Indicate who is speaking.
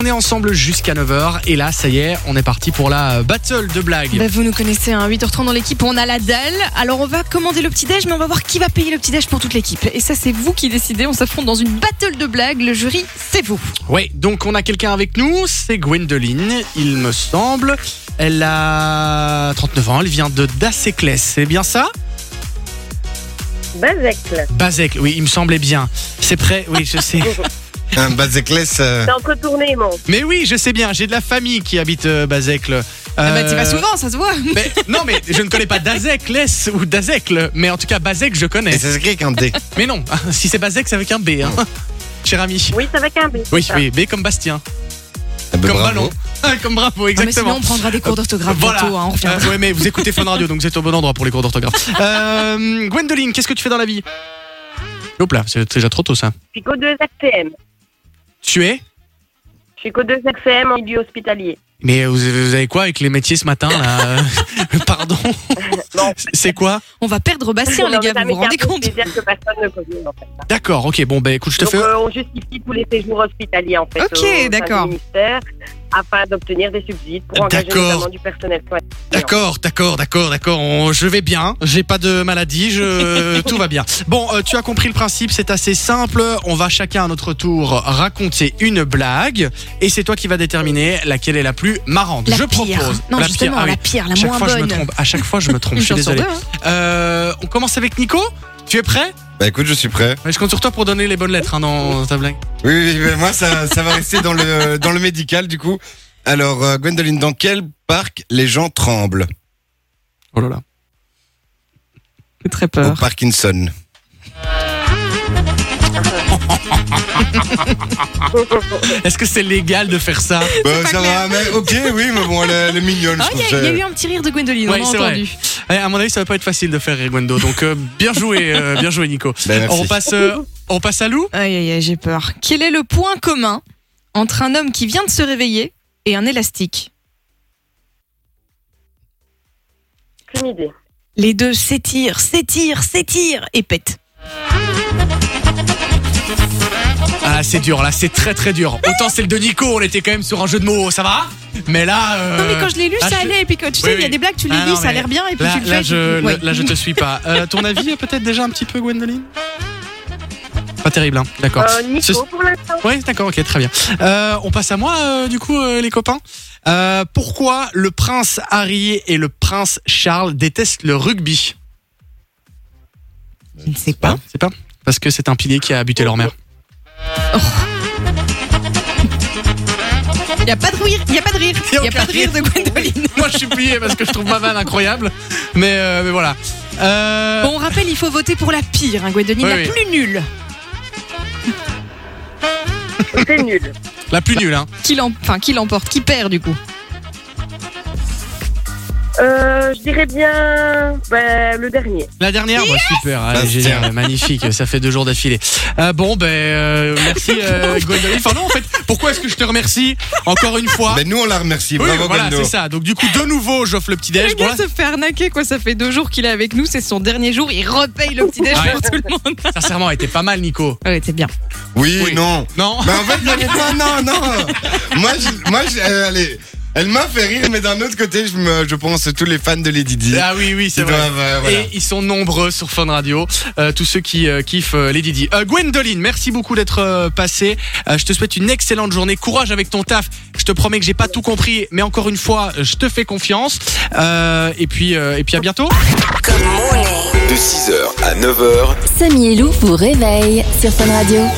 Speaker 1: On est ensemble jusqu'à 9h et là ça y est, on est parti pour la battle de blagues.
Speaker 2: Bah, vous nous connaissez, hein, 8h30 dans l'équipe, on a la dalle. Alors on va commander le petit-déj, mais on va voir qui va payer le petit-déj pour toute l'équipe. Et ça c'est vous qui décidez, on s'affronte dans une battle de blagues, le jury c'est vous.
Speaker 1: Ouais, donc on a quelqu'un avec nous, c'est Gwendoline, il me semble. Elle a 39 ans, elle vient de Dacéclès, c'est bien ça
Speaker 3: Bazecle.
Speaker 1: Bazec, oui, il me semblait bien. C'est prêt, oui, je sais.
Speaker 4: Un Bazekles. euh,
Speaker 3: C'est entre tournées, mon.
Speaker 1: Mais oui, je sais bien, j'ai de la famille qui habite euh, Bazecle.
Speaker 2: Ah bah
Speaker 1: Euh,
Speaker 2: t'y vas souvent, ça se voit.
Speaker 1: mais- non, mais je ne connais pas Dazeclès ou Dazecle, mais en tout cas Bazec, je connais.
Speaker 4: Et ça s'écrit avec un D.
Speaker 1: Mais non, si c'est Bazec, c'est avec un B, hein. cher ami.
Speaker 3: Oui, c'est avec un B.
Speaker 1: Oui, oui, B comme Bastien,
Speaker 4: Ah bah,
Speaker 1: comme
Speaker 4: bravo.
Speaker 1: ballon, comme bravo,
Speaker 2: Ah, mais sinon
Speaker 1: exactement. Euh,
Speaker 2: on prendra des cours d'orthographe
Speaker 1: Voilà.
Speaker 2: bientôt, hein, on reviendra.
Speaker 1: Euh, ouais, mais vous écoutez Fun Radio, donc vous êtes au bon endroit pour les cours d'orthographe. Euh, Gwendoline, qu'est-ce que tu fais dans la vie Hop là, c'est déjà trop tôt ça.
Speaker 3: Je suis qu'au 2 XCM.
Speaker 1: Tu es
Speaker 3: Je suis qu'au 2 XCM en milieu hospitalier.
Speaker 1: Mais vous, vous avez quoi avec les métiers ce matin là Pardon
Speaker 3: Non.
Speaker 1: C'est quoi
Speaker 2: Ah, On va perdre Bastien les
Speaker 3: Non, mais
Speaker 2: gars,
Speaker 3: ça
Speaker 2: vous vous
Speaker 3: m'écarte
Speaker 2: rendez
Speaker 3: au
Speaker 2: compte
Speaker 3: plaisir que personne ne connaît, en fait.
Speaker 1: D'accord, ok, bon bah écoute, je te
Speaker 3: Donc,
Speaker 1: fais...
Speaker 3: euh, on justifie tous les séjours hospitaliers, en fait.
Speaker 2: Ok,
Speaker 3: au sein
Speaker 2: d'accord.
Speaker 3: du ministère, afin d'obtenir des subsides pour engager
Speaker 1: D'accord.
Speaker 3: notamment du personnel soignant.
Speaker 1: D'accord, d'accord, d'accord, d'accord, on- je vais bien, j'ai pas de maladie, je... tout va bien. Bon, euh, tu as compris le principe, c'est assez simple, on va chacun à notre tour raconter une blague, et c'est toi qui vas déterminer laquelle est la plus marrante.
Speaker 2: La
Speaker 1: je
Speaker 2: pire.
Speaker 1: propose...
Speaker 2: Non
Speaker 1: la
Speaker 2: justement,
Speaker 1: pire, ah oui.
Speaker 2: la pire, la
Speaker 1: À chaque
Speaker 2: moins
Speaker 1: fois, je me
Speaker 2: bonne.
Speaker 1: trompe. À chaque fois, je me trompe.
Speaker 2: Une
Speaker 1: je suis
Speaker 2: chance sur
Speaker 1: désolé.
Speaker 2: deux, hein.
Speaker 1: Euh, on commence avec Nico. Tu es prêt
Speaker 4: Bah écoute, je suis prêt.
Speaker 1: Je compte sur toi pour donner les bonnes lettres hein, dans ta blague.
Speaker 4: Oui, oui, oui, mais moi ça, ça va rester dans le, dans le médical du coup. Alors euh, Gwendoline, dans quel parc les gens tremblent
Speaker 1: Oh là là.
Speaker 2: J'ai très
Speaker 4: Au
Speaker 2: peur.
Speaker 4: Parkinson.
Speaker 1: Est-ce que c'est légal de faire ça
Speaker 4: Bah,
Speaker 2: pas
Speaker 4: ça va, mais ok, oui, mais bon, elle, est- elle est
Speaker 1: Oh,
Speaker 4: mignonne,
Speaker 2: Ah,
Speaker 4: je
Speaker 2: il y,
Speaker 4: trouve. Bah,
Speaker 2: a- il y a
Speaker 4: que-
Speaker 2: eu un petit rire de Gwendoline,
Speaker 1: Ouais,
Speaker 2: on
Speaker 1: c'est
Speaker 2: l'a
Speaker 1: vrai.
Speaker 2: entendu.
Speaker 1: Eh, À mon avis, ça va pas être facile de faire rire, Gwendo. Donc euh, bien joué, euh, bien joué Nico.
Speaker 4: Bah, merci.
Speaker 1: On passe, euh, on passe à Lou.
Speaker 2: Aïe aïe aïe, j'ai peur. Quel est le point commun entre un homme qui vient de se réveiller et un élastique
Speaker 3: Aucune idée.
Speaker 2: Les deux s'étirent, s'étirent, s'étirent et pètent.
Speaker 1: Ah, c'est dur. Là, c'est très très dur. Autant celle de Nico, on était quand même sur un jeu de mots, ça va Mais là. euh,
Speaker 2: Non mais quand je l'ai lu,
Speaker 1: là,
Speaker 2: ça
Speaker 1: je-
Speaker 2: allait. Et puis quand tu
Speaker 1: Oui,
Speaker 2: sais, il y a
Speaker 1: oui.
Speaker 2: des blagues, tu les
Speaker 1: Ah,
Speaker 2: lis,
Speaker 1: non,
Speaker 2: ça a
Speaker 1: mais
Speaker 2: l'air bien. Et puis
Speaker 1: Là,
Speaker 2: tu le fais.
Speaker 1: là,
Speaker 2: et tu-
Speaker 1: je,
Speaker 2: ouais.
Speaker 1: là, je te suis pas. Euh, ton avis est peut-être déjà un petit peu, Gwendoline Pas terrible, hein D'accord.
Speaker 3: Euh,
Speaker 1: Ce-
Speaker 3: Nico, pour l'instant.
Speaker 1: Ouais, d'accord, ok, très bien. Euh, on passe à moi, euh, du coup, euh, les copains. Euh, pourquoi le prince Harry et le prince Charles détestent le rugby
Speaker 2: Je ne sais pas.
Speaker 1: C'est pas Parce que c'est un pilier qui a buté leur mère.
Speaker 2: Il n'y a pas de rire. Il n'y a pas de rire.
Speaker 1: Y a
Speaker 2: Il n'y a
Speaker 1: aucun
Speaker 2: pas de rire de Gwendoline.
Speaker 1: Moi, je suis plié parce que je trouve ma vanne incroyable. Mais, euh, mais voilà. Euh,
Speaker 2: Bon, on rappelle, il faut voter pour la pire. Hein, Gwendoline,
Speaker 1: Oui,
Speaker 2: la
Speaker 1: oui.
Speaker 2: plus nulle.
Speaker 3: C'est nul.
Speaker 1: La plus nulle, hein.
Speaker 2: Qui l'em- enfin, qui l'emporte, qui perd du coup.
Speaker 3: Euh, je dirais bien ben, le dernier.
Speaker 1: La dernière, bah, super, allez,
Speaker 4: Bastien.
Speaker 1: génial, magnifique, ça fait deux jours d'affilée. Euh, bon, ben euh, merci euh, Gwendoline. Enfin non, en fait, pourquoi est-ce que je te remercie encore une fois
Speaker 4: Ben, nous on la remercie,
Speaker 1: Oui,
Speaker 4: bravo
Speaker 1: voilà,
Speaker 4: Gwendo.
Speaker 1: c'est ça. Donc du coup, de nouveau, j'offre le petit déj.
Speaker 2: le
Speaker 1: Bon,
Speaker 2: gars
Speaker 1: là,
Speaker 2: se fait arnaquer quoi. Ça fait deux jours qu'il est avec nous. C'est son dernier jour. Il repaye le petit déj
Speaker 1: Ouais.
Speaker 2: pour tout le monde. Ah
Speaker 1: sincèrement, elle était pas mal, Nico.
Speaker 2: Ouais, c'est bien.
Speaker 4: Oui,
Speaker 1: Oui.
Speaker 4: non.
Speaker 1: Non
Speaker 4: Mais en fait, non, mais non, non, non. Moi, je, moi je- euh, allez, elle m'a fait rire, mais d'un autre côté, je, me, je pense tous les fans de Lady Di.
Speaker 1: Ah oui, oui,
Speaker 4: qui
Speaker 1: c'est vrai.
Speaker 4: doivent, euh, voilà.
Speaker 1: Et ils sont nombreux sur Fun Radio, euh, tous ceux qui euh, kiffent euh, les Didi. Euh, Gwendoline, merci beaucoup d'être euh, passée. Euh, je te souhaite une excellente journée. Courage avec ton taf. Je te promets que j'ai pas tout compris, mais encore une fois, je te fais confiance. Euh, et puis, euh, et puis à bientôt.
Speaker 5: De 6h à 9h,
Speaker 6: Samy et Lou vous réveille sur Fun Radio.